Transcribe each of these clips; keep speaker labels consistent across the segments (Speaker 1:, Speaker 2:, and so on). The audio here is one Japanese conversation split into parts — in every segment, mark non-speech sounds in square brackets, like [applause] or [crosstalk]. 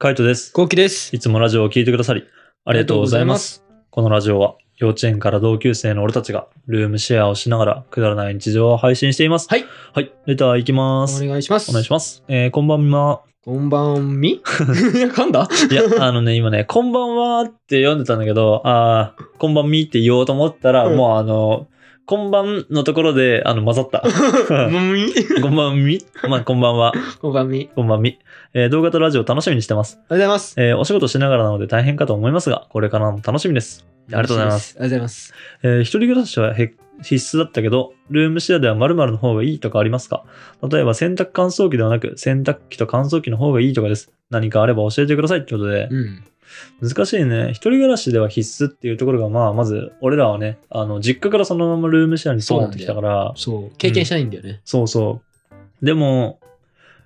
Speaker 1: カイトです。
Speaker 2: こうきです。
Speaker 1: いつもラジオを聞いてくださり、ありがとうございます。このラジオは、幼稚園から同級生の俺たちが、ルームシェアをしながら、くだらない日常を配信しています。
Speaker 2: はい。
Speaker 1: はい、レターいき
Speaker 2: お
Speaker 1: ます。
Speaker 2: 願いします。
Speaker 1: お願いします。えー、こんばんは。
Speaker 2: こんばんみいや [laughs] 噛んだ
Speaker 1: い
Speaker 2: [laughs]
Speaker 1: や、あのね、今ね、こんばんはって読んでたんだけど、あーこんばんみって言おうと思ったら、
Speaker 2: うん
Speaker 1: もうあの、こんばんのところで、あの、混ざ
Speaker 2: [laughs]
Speaker 1: った。
Speaker 2: み
Speaker 1: こんばんみまあ、こんばんは。
Speaker 2: こんばんみ。
Speaker 1: こんばんみ。えー動画とラジオ楽しみにしてます。
Speaker 2: ありがとうございます。
Speaker 1: えーお仕事しながらなので大変かと思いますが、これからも楽しみです。ありがとうございます。。
Speaker 2: ありがとうございます。
Speaker 1: えー一人暮らしはへ必須だったけど、ルームシェアでは〇〇の方がいいとかありますか例えば洗濯乾燥機ではなく、洗濯機と乾燥機の方がいいとかです。何かあれば教えてくださいってことで、
Speaker 2: うん。
Speaker 1: 難しいね。一人暮らしでは必須っていうところが、まあ、まず、俺らはね、あの、実家からそのままルームシェアにそうなってきたから、
Speaker 2: そう。経験したいんだよね。
Speaker 1: そうそう。でも、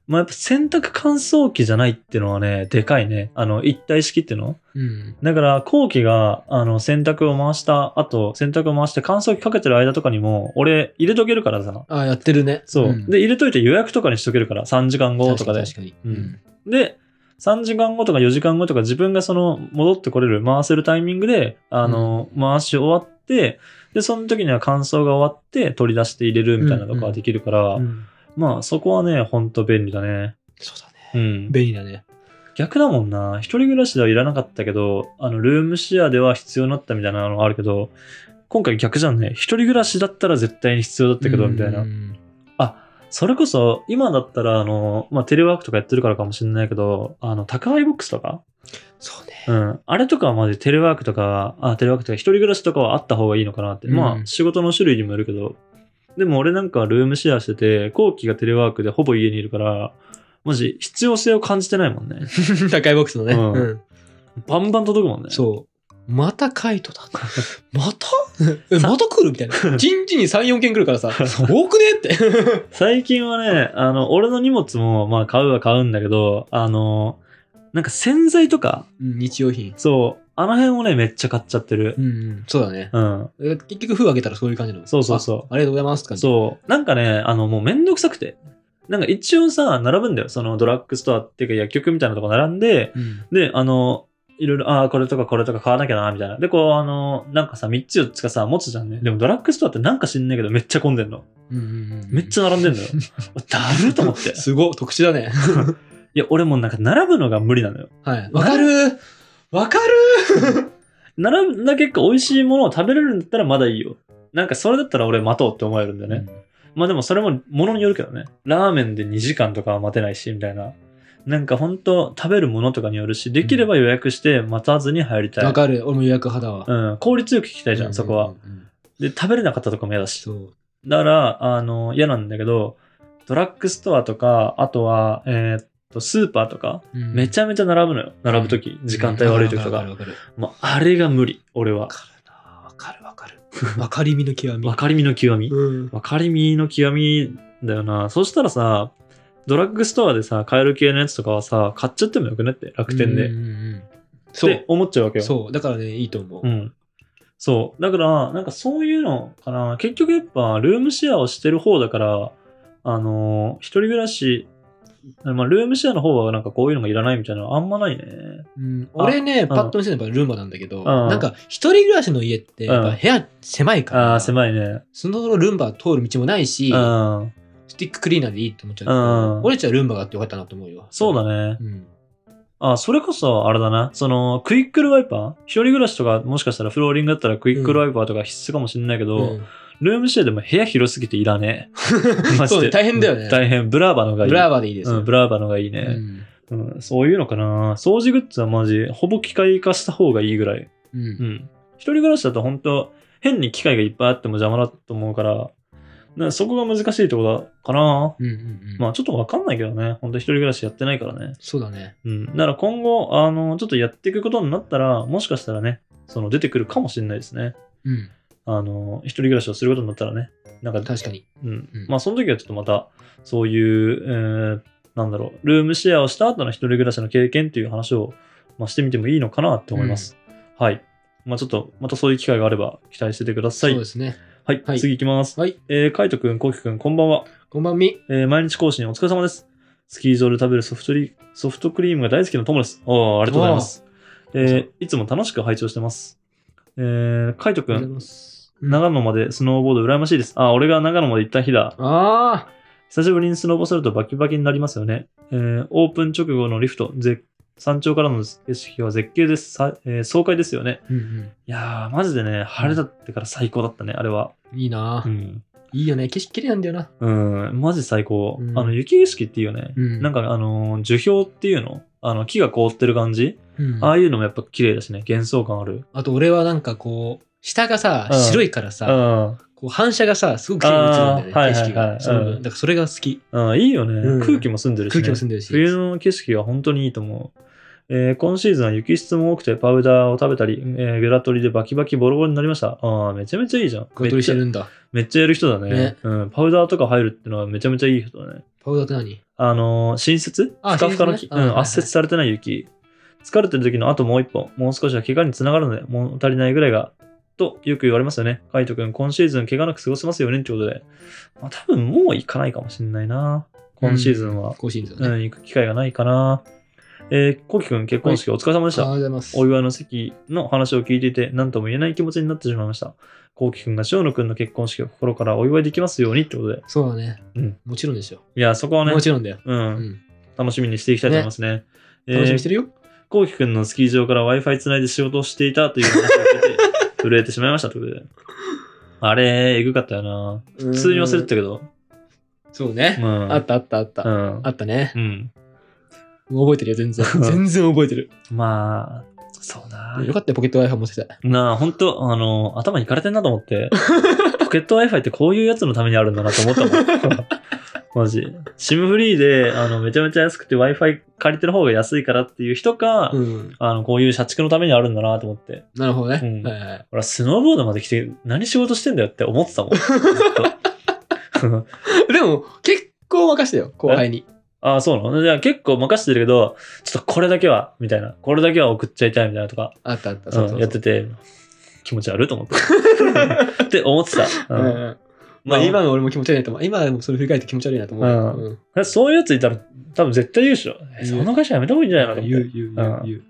Speaker 1: まあ、やっぱ洗濯乾燥機じゃないっていうのはね、でかいね。あの、一体式っていうの
Speaker 2: うん。
Speaker 1: だから、後期が、あの、洗濯を回した後、洗濯を回して乾燥機かけてる間とかにも、俺、入れとけるからさ。
Speaker 2: あ、やってるね。
Speaker 1: そう。
Speaker 2: ん
Speaker 1: で、、入れといて予約とかにしとけるから、3時間後とかで。
Speaker 2: 確かに。
Speaker 1: うんで、3時間後とか4時間後とか自分がその戻ってこれる、回せるタイミングで、あの、回し終わって、で、その時には乾燥が終わって取り出して入れるみたいなとかができるから、
Speaker 2: 確かにうん。
Speaker 1: まあそこはね、ほんと便利だね。
Speaker 2: そうだね。
Speaker 1: うん。
Speaker 2: 便利だね。
Speaker 1: 逆だもんな。一人暮らしではいらなかったけど、あの、ルームシェアでは必要になったみたいなのがあるけど、今回逆じゃんね。一人暮らしだったら絶対に必要だったけど、みたいな
Speaker 2: う。ん
Speaker 1: それこそ、今だったら、あの、まあ、テレワークとかやってるからかもしれないけど、あの、宅配ボックスとか
Speaker 2: そう
Speaker 1: [laughs]
Speaker 2: ね。
Speaker 1: うん。あれとかはまジテレワークとか、あ、テレワークとか一人暮らしとかはあった方がいいのかなって。
Speaker 2: うん
Speaker 1: まあ仕事の種類にもよるけど。でも俺なんかルームシェアしてて、後期がテレワークでほぼ家にいるから、マジ必要性を感じてないもんね。 [laughs]
Speaker 2: 高いボックスのね。
Speaker 1: うん
Speaker 2: うん。
Speaker 1: バンバン届くもんね。
Speaker 2: そう。またカイトだ。
Speaker 1: [laughs]
Speaker 2: またえまた来るみたいな。1日に3、4件来るか
Speaker 1: [laughs]
Speaker 2: らさ、多くねって。 [laughs]
Speaker 1: 最近はね、あの、俺の荷物もまあ買うは買うんだけど、あの、なんか洗剤とか、
Speaker 2: うん日用品。
Speaker 1: そう、あの辺をね、めっちゃ買っちゃってる
Speaker 2: う。んうん、そうだね。
Speaker 1: うん。
Speaker 2: え結局封開けたらそういう感じなの
Speaker 1: そうそうそう
Speaker 2: あありがとうございますって感じ
Speaker 1: そう。なんかね、あの、もうめんどくさくて。なんか一応さ、並ぶんだよ。そのドラッグストアっていうか薬局みたいなとこ並んで、
Speaker 2: う、ん、
Speaker 1: で、あの、いろいろ、ああ、これとかこれとか買わなきゃな、みたいな。で、こう、あの、なんかさ、3つ4つかさ、持つじゃんね。でもドラッグストアってなんか知んないけど、めっちゃ混んでんの。
Speaker 2: うんうんうん、
Speaker 1: めっちゃ並んでんのよ。だると思って。い
Speaker 2: すごい特殊だね [laughs]
Speaker 1: や、俺もうなんか並ぶのが無理なのよ。
Speaker 2: はいわかるわかる
Speaker 1: 並んだ結果、美味しいものを食べれるんだったらまだいいよ。なんかそれだったら俺待とうって思えるんだよね。まあでもそれもものによるけどね。ラーメンで2時間とかは待てないし、みたいな。なんかほんと食べるものとかによるし、できれば予約して待たずに入りたい。
Speaker 2: わかる俺も予約派だわ、
Speaker 1: うん、効率よく聞きたいじゃ、
Speaker 2: うんん
Speaker 1: そこは
Speaker 2: うん。うん
Speaker 1: で、食べれなかったとかも嫌だし。
Speaker 2: そう
Speaker 1: だから、あの、嫌なんだけど、ドラッグストアとか、あとは、えーっと、スーパーとか、めち
Speaker 2: ゃ
Speaker 1: ゃめちゃ並ぶのよ。並ぶとき、時間帯悪いときと
Speaker 2: わかる
Speaker 1: か。
Speaker 2: わかる
Speaker 1: もう、あれが無理、俺は
Speaker 2: わ。かるなわかるわ
Speaker 1: [laughs]
Speaker 2: かるわかりみの極み
Speaker 1: 分かりみの極み。
Speaker 2: うん
Speaker 1: 分かりみの極みだよな。そしたらさ、ドラッグストアでさ、買える系のやつとかはさ、買っちゃってもよくねって、楽天で。
Speaker 2: う
Speaker 1: っ
Speaker 2: んうんうんそ
Speaker 1: て
Speaker 2: う
Speaker 1: 思っちゃうわけよ。う。
Speaker 2: そうだからねいいと思う、
Speaker 1: ん。そう。だから、なんかそういうのかな。結局やっぱ、ルームシェアをしてる方だから、あのー一人暮らし、まあ、ルームシェアの方はなんかこういうのがいらないみたいなのはあんまないね。
Speaker 2: うん俺ねパッと見せるのはやっぱルンバなんだけど、なんか一人暮らしの家ってやっぱ部屋狭いから、
Speaker 1: ああ、狭いね。
Speaker 2: そのルンバ通る道もないし、
Speaker 1: うん。
Speaker 2: スティッククリーナーでいいって思っちゃうけ
Speaker 1: う
Speaker 2: ど
Speaker 1: ん、
Speaker 2: 俺たちはルンバがあってよかったなと思うよ。
Speaker 1: そうだ
Speaker 2: ね。
Speaker 1: ね。
Speaker 2: うん。
Speaker 1: あ、それこそ、あれだな。その、クイックルワイパー一人暮らしとか、もしかしたらフローリングだったらクイックルワイパーとか必須かもしれないけど、
Speaker 2: うん
Speaker 1: ルームシェアでも部屋広すぎていらね
Speaker 2: [laughs]
Speaker 1: え。マジで
Speaker 2: そうね大変だよね
Speaker 1: 大変。ブラーバのがいい。
Speaker 2: ブラーバーでいいですよ。
Speaker 1: うん、ブラーバのがいい
Speaker 2: ー
Speaker 1: ね、うんそういうのかな。掃除グッズはマジ、ほぼ機械化した方がいいぐらい。
Speaker 2: うん。う
Speaker 1: うんん。一人暮らしだと本当変に機械がいっぱいあっても邪魔だと思うから、なそこが難しいところだかな。
Speaker 2: うんうん。
Speaker 1: ま
Speaker 2: あ、
Speaker 1: あちょっとわかんないけどね。本当一人暮らしやってないからね。
Speaker 2: そうだね。
Speaker 1: うん。だから今後、あの、ちょっとやっていくことになったら、もしかしたらね、その出てくるかもしれないですね。
Speaker 2: うん。
Speaker 1: あの、一人暮らしをすることになったらね。なんか、
Speaker 2: 確かに。
Speaker 1: うん
Speaker 2: うん
Speaker 1: まあその時はちょっとまたそういう、えーなんだろうルームシェアをした後の一人暮らしの経験っていう話を、まあ、してみてもいいのかなって思います、はいまあちょっとまたそういう機会があれば期待しててくださ
Speaker 2: そう
Speaker 1: い
Speaker 2: ですね。
Speaker 1: はい、
Speaker 2: はい
Speaker 1: 次いきます
Speaker 2: はい。
Speaker 1: えー、カイトくんこうきくんこんばんは、
Speaker 2: こんばんみ。
Speaker 1: えー毎日更新お疲れ様ですスキー場で食べるソフトリソフトクリームが大好きな友です。おーありがとうございます。えーいつも楽しく拝聴してます。えー、カイトく
Speaker 2: ありがと
Speaker 1: ん、
Speaker 2: うございます。
Speaker 1: 長野までスノーボード羨ましいです。あ、俺が長野まで行った日だ。
Speaker 2: あ
Speaker 1: 久しぶりにスノボするとバキバキになりますよね。えーオープン直後のリフト、絶山頂からの景色は絶景です。さえー爽快ですよね。
Speaker 2: あ、うん
Speaker 1: いやー、マジでね、晴れだってから最高だったね、あれは。
Speaker 2: うん。いいな、
Speaker 1: うん。
Speaker 2: いいよね。景色綺麗なんだよな。
Speaker 1: うん、マジ最高。
Speaker 2: うん
Speaker 1: あの、雪景色っていいよね。
Speaker 2: うん
Speaker 1: なんか、あのー、樹氷っていうのあの、木が凍ってる感じ、
Speaker 2: うん、
Speaker 1: あ
Speaker 2: あ
Speaker 1: あいうのもやっぱ綺麗だしね、幻想感ある。
Speaker 2: と俺はなんかこう、下がさ、
Speaker 1: うん
Speaker 2: 白いから
Speaker 1: う
Speaker 2: さ、
Speaker 1: ん。
Speaker 2: こう反射がさ、すごく綺麗に映るんだよね、
Speaker 1: あーはい
Speaker 2: 景色
Speaker 1: はいはい
Speaker 2: が。その
Speaker 1: う
Speaker 2: 分
Speaker 1: ん
Speaker 2: だからそれが好き。
Speaker 1: うん、いいよね、
Speaker 2: うん
Speaker 1: 空気も澄んでるし、ね。
Speaker 2: 空気も澄んでるし。
Speaker 1: 冬の景色は本当にいいと思う。えー今シーズンは雪質も多くてパウダーを食べたり、えーグラトリでバキバキボロボロになりました。ああ、めちゃめちゃいいじゃん。
Speaker 2: ガトリしてるんだ。
Speaker 1: めっちゃめっちゃやる人だね
Speaker 2: ね
Speaker 1: うん。パウダーとか入るってのはめちゃめちゃいい人だね。
Speaker 2: パウダーって何
Speaker 1: あのー、新雪
Speaker 2: あ
Speaker 1: ふかふかの木、
Speaker 2: 新
Speaker 1: う
Speaker 2: 雪ねあはい
Speaker 1: ん、
Speaker 2: はい
Speaker 1: 圧雪されてない雪。疲れてる時のあともう一本、もう少しは怪我につながるので、物足りないぐらいが、とよく言われますよね。カイト君、今シーズン怪我なく過ごせますよねってことで。まあ多分もう行かないかもしれないな。今シーズンは。
Speaker 2: 更新図だ
Speaker 1: う
Speaker 2: ね。
Speaker 1: ん、行く機会がないかな。えー、コキ君結婚式お疲れ様でし
Speaker 2: あり
Speaker 1: た。
Speaker 2: がとうございます。
Speaker 1: お祝いの席の話を聞いていて、何とも言えない気持ちになってしまいました。コウキ君が塩野君の結婚式を心からお祝いできますようにってことで。
Speaker 2: そうだね、
Speaker 1: うん
Speaker 2: もちろんでしょ。
Speaker 1: いや、そこはね
Speaker 2: も、ちろんだよ。
Speaker 1: う、
Speaker 2: うんん。
Speaker 1: 楽しみにしていきたいと思いますね。え
Speaker 2: 楽しみにして
Speaker 1: ー、
Speaker 2: るよ。
Speaker 1: コウキ君のスキー場から Wi-Fi つないで仕事をしていたという話を聞いて、震えてしまいましたということで。あれ、えぐかったよな。普通に忘れてた
Speaker 2: うん
Speaker 1: けど。
Speaker 2: そうね、
Speaker 1: うん。
Speaker 2: あったあったあった。
Speaker 1: うん
Speaker 2: あ。ったね
Speaker 1: う。ん。。
Speaker 2: もう覚えてるよ、全然全然覚えてる。
Speaker 1: まあ、そうな。
Speaker 2: よかったよ、ポケット Wi-Fi 持ってた。
Speaker 1: なあ、ほんと、あの、頭いかれてんなと思って、ポケット Wi-Fi ってこういうやつのためにあるんだなと思ったもん。 [laughs] マジ。SIM フリーで、あの、めちゃめちゃ安くて Wi-Fi 借りてる方が安いからっていう人か、
Speaker 2: うん。
Speaker 1: あの、こういう社畜のためにあるんだなと思って。
Speaker 2: なるほどね。
Speaker 1: うん
Speaker 2: はいはい
Speaker 1: 俺はスノーボードまで来て何仕事してんだよって思ってたもん。ずっと [laughs]
Speaker 2: でも、結構任せたよ、後輩に。
Speaker 1: ああ、そうなのじゃあ結構任せてるけど、ちょっとこれだけは、みたいな。これだけは送っちゃいたいみたいなとか、
Speaker 2: あったあった。
Speaker 1: うんやってて、気持ち悪いと [laughs] 思って。って思ってた。
Speaker 2: う
Speaker 1: うんん
Speaker 2: うんまあ、今の俺も気持ち悪いなと思う。今でもそれ振り返って気持ち悪いなと思うよ。
Speaker 1: うん
Speaker 2: うん
Speaker 1: そういうやついたら多分絶対言うでしょ。えその会社やめた方がいいんじゃないのと思
Speaker 2: 言
Speaker 1: っ
Speaker 2: う
Speaker 1: て。
Speaker 2: 言う言う言う。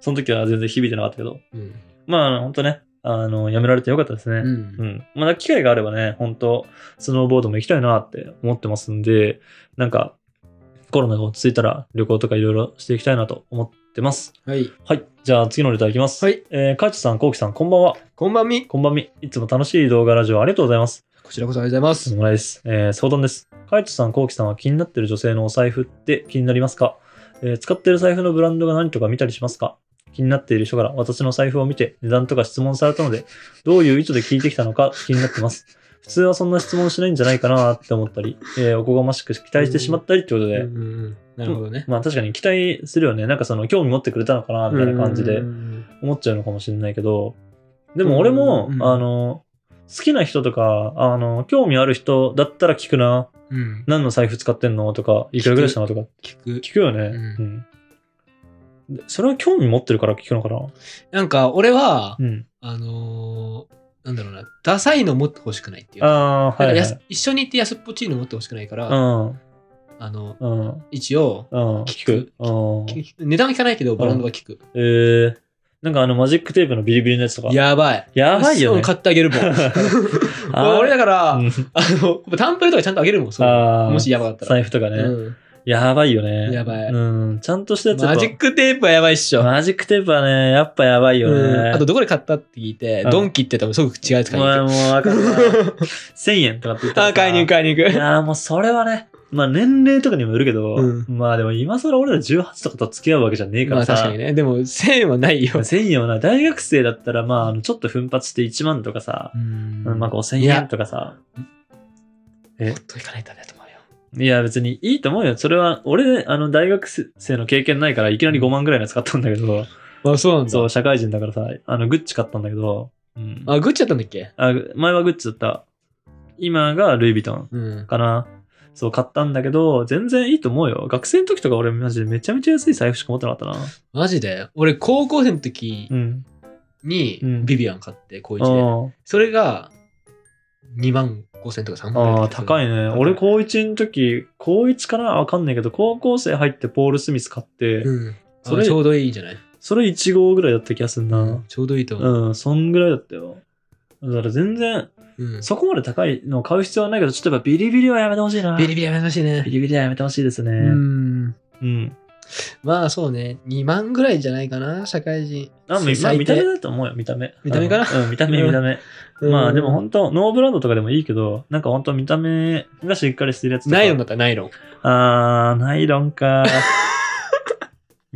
Speaker 1: その時は全然響いてなかったけど。
Speaker 2: うん
Speaker 1: まああの、本当ね、あの、やめられてよかったです
Speaker 2: う。
Speaker 1: ね。うんん。まだ機会があればね、本当スノーボードも行きたいなって思ってますんで、なんか、コロナが落ち着いたら旅行とかいろいろしていきたいなと思ってます。
Speaker 2: はい。
Speaker 1: はい。じゃあ次のレターいきます。
Speaker 2: はい。
Speaker 1: えー、カイトさん、コウキさん、こんばんは。
Speaker 2: こんばんみ。
Speaker 1: こんばんみ。いつも楽しい動画ラジオありがとうございます。
Speaker 2: こちらこそありがとうござ
Speaker 1: 質
Speaker 2: います。
Speaker 1: 問です、えー相談です。カイトさん、コウキさんは気になってる女性のお財布って気になりますか、えー使ってる財布のブランドが何とか見たりしますか気になっている人から私の財布を見て値段とか質問されたので、どういう意図で聞いてきたのか気になってます。普通はそんな質問しないんじゃないかなって思ったり、えーおこがましく期待してしまったりってことで、
Speaker 2: うんうんうんなるほどね。
Speaker 1: まあ確かに期待するよね。なんかその興味持ってくれたのかなみたいな感じで
Speaker 2: うんうん
Speaker 1: 思っちゃうのかもしれないけど、でも俺も、
Speaker 2: うん
Speaker 1: あの、好きな人とか、あの、興味ある人だったら聞くな。
Speaker 2: うん。うん
Speaker 1: 何の財布使ってんのとか、いくらぐらいしたのとか、
Speaker 2: 聞く。
Speaker 1: 聞くよね、う
Speaker 2: うん
Speaker 1: でそれは興味持ってるから聞くのかな
Speaker 2: なんか、俺は、
Speaker 1: うん。
Speaker 2: あのー、なんだろうな、ダサいの持ってほしくないっていう。
Speaker 1: ああー、
Speaker 2: だ
Speaker 1: は
Speaker 2: から
Speaker 1: い、は
Speaker 2: やす
Speaker 1: い。
Speaker 2: 一緒に行って安っぽちいの持ってほしくないから、
Speaker 1: うん。
Speaker 2: あの、
Speaker 1: うん。
Speaker 2: 一応、
Speaker 1: うん。
Speaker 2: 聞く
Speaker 1: うん。
Speaker 2: き値段は聞かないけど、ブランドは聞く。
Speaker 1: えー、なんかあの、マジックテープのビリビリのやつとか。
Speaker 2: やばい。
Speaker 1: やばいよ
Speaker 2: う
Speaker 1: ね
Speaker 2: ん。買ってあ
Speaker 1: [laughs]
Speaker 2: げるもん。
Speaker 1: あー
Speaker 2: 俺だから、
Speaker 1: うん
Speaker 2: あの、担当とかちゃんとあげるもん、そう。
Speaker 1: あー
Speaker 2: もしやばかったら。
Speaker 1: 財布とかね、
Speaker 2: うん
Speaker 1: やばいよね。
Speaker 2: やばい
Speaker 1: うん。ちゃんとしたやつやっぱ
Speaker 2: マジックテープはやばいっしょ。
Speaker 1: マジックテープはね、やっぱやばいよね。
Speaker 2: うんあと、どこで買ったって聞いて、
Speaker 1: うん
Speaker 2: ドンキって多分すごく違うやつ買い
Speaker 1: もう、
Speaker 2: に行
Speaker 1: もうわかるわ。1000円とかって言っ
Speaker 2: く。
Speaker 1: たら
Speaker 2: [laughs] あ、
Speaker 1: さ。
Speaker 2: 買いに行く、買いに行
Speaker 1: い
Speaker 2: く。
Speaker 1: やーもうそれはね、まあ年齢とかにもよるけど、
Speaker 2: うん
Speaker 1: まあでも今更俺ら18とかと付き合うわけじゃねえから
Speaker 2: まあ
Speaker 1: さ。
Speaker 2: 確かにね。でも、1000円はないよ。
Speaker 1: 1000円はな、大学生だったら、まああの、ちょっと奮発して1万とかさ、うんまあ5000
Speaker 2: いや
Speaker 1: 円とかさ。
Speaker 2: もっと行かないとね、と思うよ。
Speaker 1: いや、別にいいと思うよ。それは、俺、あの、大学生の経験ないから、いきなり5万ぐらいのやつ買ったんだけど、
Speaker 2: まあそうなんだ
Speaker 1: そ。う、社会人だからさ、あの、グッチ買ったんだけど、うん、
Speaker 2: あ、グッチだったんだっけ
Speaker 1: あ、前はグッチだった。今がルイ・ヴィトン
Speaker 2: うん。
Speaker 1: かな。そう、買ったんだけど、全然いいと思うよ。学生の時とか俺マジでめちゃめちゃ安い財布しか持ってなかったな。
Speaker 2: マジで俺、高校生の時
Speaker 1: うん。
Speaker 2: に
Speaker 1: うん
Speaker 2: ビビアン買って、高一で。
Speaker 1: あ
Speaker 2: それが2万5 5000とか3万
Speaker 1: ああ、高
Speaker 2: い。
Speaker 1: いね。俺、高1の時、高1かなわかんないけど、高校生入ってポール・スミス買って、
Speaker 2: うん。
Speaker 1: そ
Speaker 2: そ
Speaker 1: れ
Speaker 2: れちょうどいいんじゃない
Speaker 1: それ1号ぐらいだった気がするな。
Speaker 2: ちょうどいいと思う。
Speaker 1: うん、そんぐらいだったよ。だから全然、
Speaker 2: うん。
Speaker 1: そこまで高いのを買う必要はないけど、ちょっとやっぱビリビリはやめてほしいな。
Speaker 2: ビリビリやめましいね
Speaker 1: ビ。リビリはやめてほしいですね。
Speaker 2: う
Speaker 1: うん。
Speaker 2: ん。まあそうね。2万ぐらいじゃないかな、社会人。
Speaker 1: あみまあ
Speaker 2: 最低
Speaker 1: 見た目だと思うよ、見た目。
Speaker 2: 見た目かな
Speaker 1: うん、見た目、見た目。まあでも
Speaker 2: うん
Speaker 1: 本当ノーブランドとかでもいいけど、なんか本当見た目がしっかりしてるやつとか。
Speaker 2: ナイロンだったらナイロン。
Speaker 1: あー、ナイロン
Speaker 2: [laughs]
Speaker 1: か。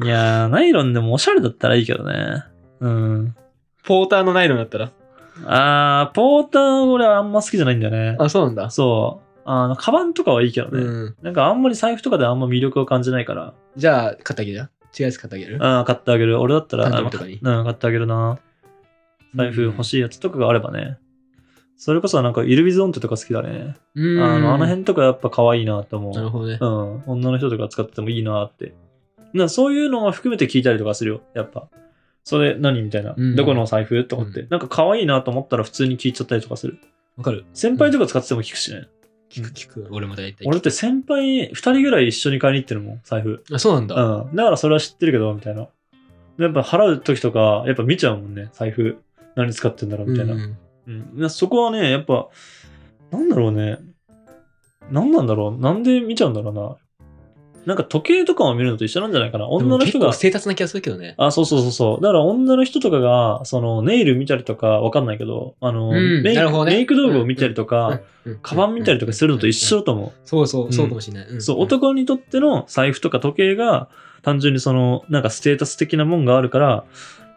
Speaker 1: いやー、ナイロンでもおしゃれだったらいいけどね。うん。
Speaker 2: ポーターのナイロンだったら。
Speaker 1: あー、ポーター俺はあんま好きじゃないんだよね。
Speaker 2: あ、そうなんだ。
Speaker 1: そう。あの、カバンとかはいいけどね。
Speaker 2: うん。
Speaker 1: なんかあんまり財布とかであんま魅力を感じないから。
Speaker 2: じゃあ、買ってあげるよ違うやつ買ってあ
Speaker 1: [laughs]
Speaker 2: げる
Speaker 1: あー買ってあげる。俺だったら、
Speaker 2: 誕生日とかに
Speaker 1: うん、買ってあげるな。財布欲
Speaker 2: い。
Speaker 1: しいやつとかがあればね。それこそなんかイルビズオンテとか好きだね。
Speaker 2: う
Speaker 1: あ
Speaker 2: ん。
Speaker 1: のあの辺とかやっぱ可愛いなと思う。
Speaker 2: なるほどね。
Speaker 1: うん、女の人とか使っててもいいなって。なそういうのを含めて聞いたりとかするよ、やっぱ。それ何みたいな、
Speaker 2: うん
Speaker 1: どこのお財布と思って。
Speaker 2: う
Speaker 1: なんか可愛いなと思ったら普通に聞いちゃったりとかする。
Speaker 2: わかる
Speaker 1: 先輩とか使ってても聞くしね。
Speaker 2: 聞く聞く。俺も大体。
Speaker 1: 俺って先輩2人ぐらい一緒に買いに行ってるもん、財布。
Speaker 2: あ、そうなんだ。
Speaker 1: うん。だからそれは知ってるけど、みたいな。やっぱ払う時とか、やっぱ見ちゃうもんね、財布。何使ってんだろうみたいな。
Speaker 2: うん
Speaker 1: うん、なそこはね、やっぱ、なんだろうね。なんなんだろう。なんで見ちゃうんだろうな。なんか時計とかを見るのと一緒なんじゃないかな。女の人
Speaker 2: でも
Speaker 1: が
Speaker 2: 結構。生達な気がするけどね。
Speaker 1: あ、そうそうそうそう。だから女の人とかが、その、ネイル見たりとか、わかんないけど、あの、
Speaker 2: うん
Speaker 1: メイ
Speaker 2: なる
Speaker 1: ク
Speaker 2: ほどね
Speaker 1: メイク道具を見たりとか、
Speaker 2: うん
Speaker 1: カバン見たりとかするのと一緒だと思う。
Speaker 2: そうそう、そうかもしれない。ん
Speaker 1: そう、男にとっての財布とか時計が、単純にその、なんかステータス的なもんがあるから、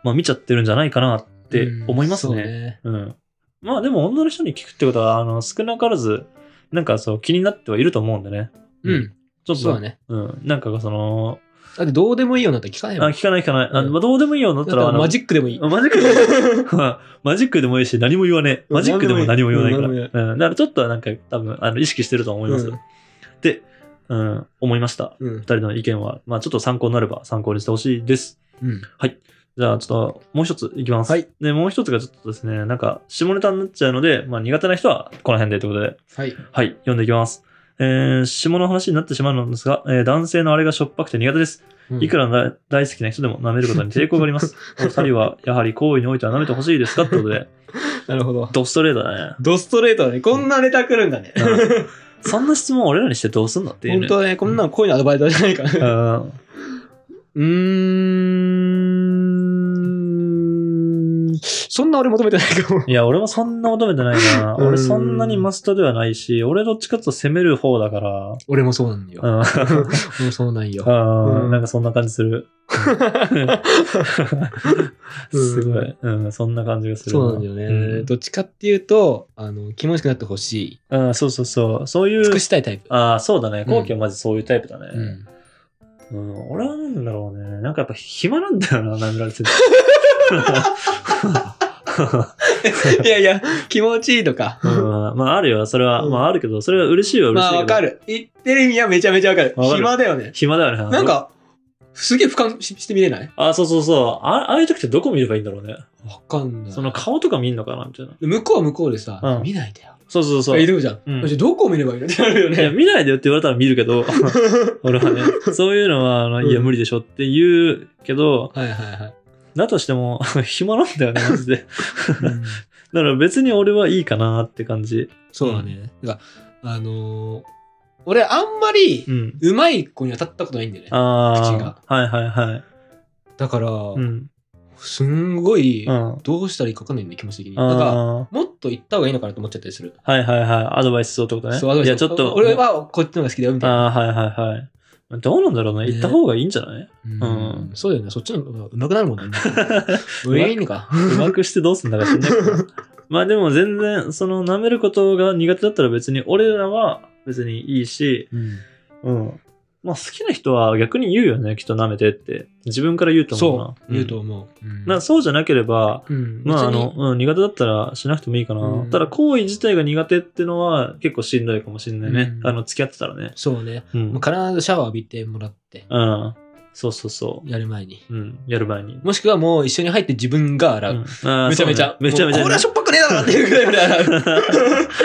Speaker 1: まあ見ちゃってるんじゃないかなって思います
Speaker 2: うん
Speaker 1: ね。
Speaker 2: そうね。
Speaker 1: うん。まあでも女の人に聞くってことは、あの、少なからず、なんかそう、気になってはいると思うんでね。
Speaker 2: うん。
Speaker 1: ちょっ
Speaker 2: そう
Speaker 1: と、
Speaker 2: だね。
Speaker 1: うん。なんかその、
Speaker 2: だってどうでもいいようになったら聞かない
Speaker 1: あ、
Speaker 2: もん。だ
Speaker 1: 聞かない聞かない。あ
Speaker 2: うん
Speaker 1: まあどうでもいいようになった、
Speaker 2: からら
Speaker 1: あの
Speaker 2: マジックでもいい。
Speaker 1: マジックでも [laughs] マジックでもいいし、何も言わねえ。
Speaker 2: うん
Speaker 1: マジックでも何も言わないか
Speaker 2: 何も言わ
Speaker 1: ら。うん。だからちょっとはなんか、多分、あの、意識してると思います。
Speaker 2: うん
Speaker 1: で、うん、思いました。
Speaker 2: うん
Speaker 1: 二人の意見は、まあちょっと参考になれば参考にしてほしいです。
Speaker 2: うん。
Speaker 1: じゃあ、ちょっと、もう一ついきます。
Speaker 2: はい。
Speaker 1: で、もう一つがちょっとですね、なんか、下ネタになっちゃうので、まあ苦手な人はこの辺でということで。
Speaker 2: はい。
Speaker 1: はい、読んでいきます。えー、下の話になってしまうのですが、えー男性のあれがしょっぱくて苦手です。いく
Speaker 2: ら
Speaker 1: らな大好きな人でも舐めることに抵抗があり
Speaker 2: [laughs]
Speaker 1: ます。お二人は、やはり行為においては舐めてほしいですかってことで、
Speaker 2: なるほど。
Speaker 1: ドストレート
Speaker 2: [laughs]
Speaker 1: だね。
Speaker 2: ドストレートだね。こんなネタ来るんだね。
Speaker 1: うんそんな質問俺らにしてどうすんのっていう
Speaker 2: 本
Speaker 1: ね。
Speaker 2: 当だね。こんなの恋のアドバイザーじゃないからね。
Speaker 1: うん
Speaker 2: うーん。そんな俺求めてないかも。
Speaker 1: いや、俺もそんな求めてないな。
Speaker 2: [laughs] うん
Speaker 1: 俺そんなにマストではないし、俺どっちかっていうと攻める方だから、
Speaker 2: 俺も [laughs] そうなんだよ。
Speaker 1: うん
Speaker 2: 俺もそうなんよ。
Speaker 1: う
Speaker 2: うんん
Speaker 1: なんかそんな感じする。 [laughs] すごい。うん、そんな感じがする。
Speaker 2: そうなんだよ
Speaker 1: う
Speaker 2: ね。
Speaker 1: ん
Speaker 2: どっちかっていうと、あの、気持ちくなってほし
Speaker 1: うん、そうそうそう。そうい
Speaker 2: い。尽
Speaker 1: う
Speaker 2: く、したいタイプ。
Speaker 1: ああ、そうだね。
Speaker 2: うん
Speaker 1: 後期はマジそういうタイプだ
Speaker 2: う
Speaker 1: ね。
Speaker 2: ん。
Speaker 1: うん、俺はなんだろうね。なんかやっぱ暇なんだよな、舐められて [laughs] る。 [laughs]
Speaker 2: いやいや、気持ちいいとか。
Speaker 1: うん、まああるよ、それは。
Speaker 2: うん
Speaker 1: まああるけど、それは嬉しいは嬉
Speaker 2: ま
Speaker 1: しい
Speaker 2: あ
Speaker 1: けど。
Speaker 2: わかる。言ってる意味はめちゃめちゃわかる。
Speaker 1: わかる
Speaker 2: 暇だよね。
Speaker 1: 暇だよね。
Speaker 2: なん。か、すげえ俯瞰しして見れない
Speaker 1: あ、そうそうそう。あああいう時ってどこ見ればいいんだろうね。
Speaker 2: わかんない。
Speaker 1: その顔とか見んのかなみたいな。
Speaker 2: 向こうは向こうでさ、
Speaker 1: うん
Speaker 2: 見ないでよ。
Speaker 1: そうそうそう。
Speaker 2: い
Speaker 1: い
Speaker 2: るじゃん。
Speaker 1: うん
Speaker 2: じゃあどこを見ればいいのってなるよ
Speaker 1: や、
Speaker 2: ね。
Speaker 1: 見ないでよって言われたら見るけ
Speaker 2: [laughs]
Speaker 1: ど、俺はね、そういうのは、あのいや、
Speaker 2: うん
Speaker 1: 無理でしょって言うけど、
Speaker 2: [laughs] はいはいはい。
Speaker 1: だとしても、 [laughs] 暇なんだよね、マジで。だから別に俺はいいかなって感じ。
Speaker 2: そうだね。だから、あのー俺あんまり
Speaker 1: う、ん。
Speaker 2: うまい子に当たったことないんだよね。口
Speaker 1: あ
Speaker 2: が
Speaker 1: あ。はいはいはい。
Speaker 2: だから、
Speaker 1: うん。
Speaker 2: すんごい、
Speaker 1: うん。
Speaker 2: どうしたらいいかわかんないんだよ、気持ち的に。なんか、
Speaker 1: あ
Speaker 2: もっと言った方がいいのかなと思っちゃったりする。
Speaker 1: あ。はいはいはい。アドバイスをってことね。
Speaker 2: そう、アドバイ
Speaker 1: い
Speaker 2: ス
Speaker 1: や、ちょっと。
Speaker 2: 俺。はこっちの方が好きだよ、みたいな。
Speaker 1: ああ、はいはいはい。どうなんだろうね。
Speaker 2: ね
Speaker 1: 行った方がいいんじゃない
Speaker 2: うんそうだよね。そっちの方がうまくなるもんね。
Speaker 1: [laughs]
Speaker 2: 上いいのか。
Speaker 1: うまくしてどうすんだか知んないけど。まあでも全然、その、舐めることが苦手だったら別に、俺らは別にいいし、う
Speaker 2: うん
Speaker 1: ん。まあ好きな人は逆に言うよね。きっと舐めてって。自分から言うと思うな
Speaker 2: そ。う、言うと思う。
Speaker 1: んなそうじゃなければ、
Speaker 2: うん、
Speaker 1: まあ、あ
Speaker 2: 別に
Speaker 1: の、、うん、苦手だったらしなくてもいいかな。
Speaker 2: うん
Speaker 1: ただ、行為自体が苦手ってのは結構しんどいかもしんないね。
Speaker 2: うん
Speaker 1: あの、付き合ってたらね。
Speaker 2: そうね。
Speaker 1: うん。
Speaker 2: まあ必ずシャワー浴びてもらって、
Speaker 1: うん。そうそうそ
Speaker 2: やる前に。
Speaker 1: う。うん。やる前に。
Speaker 2: もしくはもう一緒に入って自分が洗
Speaker 1: う
Speaker 2: う。
Speaker 1: んあー
Speaker 2: めちゃめちゃ。
Speaker 1: そうねめちゃめち
Speaker 2: もうこれは
Speaker 1: ゃ
Speaker 2: し。ょっぱくねえだろっていうぐらいまで洗う。
Speaker 1: [laughs]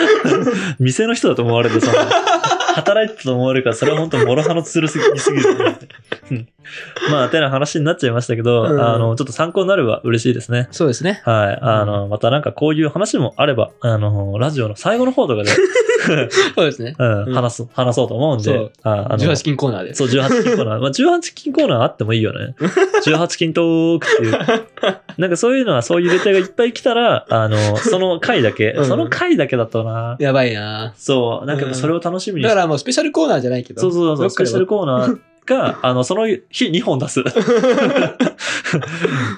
Speaker 1: 店の人 [laughs] だと思われてさ、働いてたと思われるから、それは本当もろ刃のつるすぎすぎるね。うんまあ、てな話になっちゃいましたけど、
Speaker 2: うん
Speaker 1: あの、ちょっと参考になれば嬉しいですね。
Speaker 2: そうですね。
Speaker 1: はい。あの、またなんかこういう話もあれば、あの、ラジオの最後の方とかで、
Speaker 2: そうですね。
Speaker 1: うん
Speaker 2: うん
Speaker 1: 話す、話そうと思うん
Speaker 2: そ
Speaker 1: で
Speaker 2: う、
Speaker 1: ああの
Speaker 2: 18金コーナーで。
Speaker 1: そう、18金コーナー。まあ、18金コーナーあってもいいよ
Speaker 2: [laughs]
Speaker 1: ね。18金トークっていう。なんかそういうのは、そういうレターがいっぱい来たら、あの、その回だけ
Speaker 2: う、ん
Speaker 1: その回だけだとな。
Speaker 2: やばいな
Speaker 1: そう、なんかそれを楽しみに
Speaker 2: だ
Speaker 1: し
Speaker 2: か
Speaker 1: て。
Speaker 2: らもうスペシャルコーナーじゃないけど。
Speaker 1: そうそうそう、ス
Speaker 2: ど
Speaker 1: ペ
Speaker 2: っ
Speaker 1: シャルコーナーが、
Speaker 2: [laughs]
Speaker 1: あの、その日2本出す。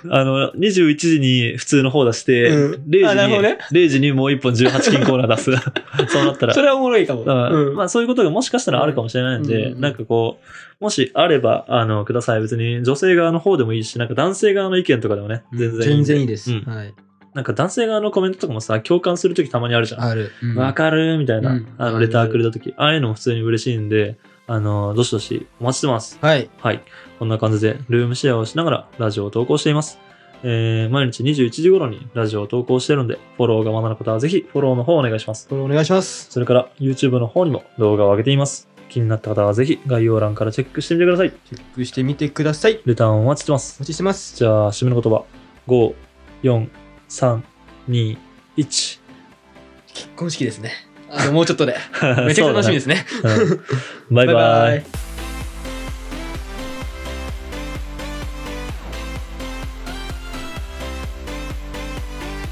Speaker 1: あの、21時に普通の方出して、
Speaker 2: う
Speaker 1: 0
Speaker 2: ん
Speaker 1: 時に、
Speaker 2: あなるほどね
Speaker 1: 0時にもう1本18金コーナー出す。
Speaker 2: [laughs]
Speaker 1: そうなったら
Speaker 2: そ。れはおもろいかも。
Speaker 1: うん
Speaker 2: うん
Speaker 1: まあそういうことがもしかしたらあるかもしれないんで、
Speaker 2: うん
Speaker 1: なんかこう、もしあれば、あの、ください。別に女性側の方でもいいし、なんか男性側の意見とかでもね、全然いいんで。
Speaker 2: 全然いいです。
Speaker 1: うん
Speaker 2: はい。
Speaker 1: なんか男性側のコメントとかもさ、共感するときたまにあるじゃん。
Speaker 2: ある。うん
Speaker 1: わ、かるみたいな、
Speaker 2: うん
Speaker 1: あの、レターくれたとき。ああいうのも普通に嬉しいんで、あの、どしどしお待ちしてます。
Speaker 2: はい。
Speaker 1: はい。こんな感じで、ルームシェアをしながらラジオを投稿しています。えー、毎日21時頃にラジオを投稿してるので、フォローがまだの方はぜひフォローの方お願いします。
Speaker 2: これお願いします。
Speaker 1: それから YouTube の方にも動画を上げています。気になった方はぜひ概要欄からチェックしてみてください。
Speaker 2: チェックしてみてください。
Speaker 1: レターンお待ちしてます
Speaker 2: お。待ちしてます。
Speaker 1: じゃあ、締めの言葉。5、4、3、2、1。。
Speaker 2: 結婚式ですね。あの、もうちょっとで。めちゃくちゃ楽しみですすね。 [laughs]
Speaker 1: うんバイバイ。
Speaker 2: イ。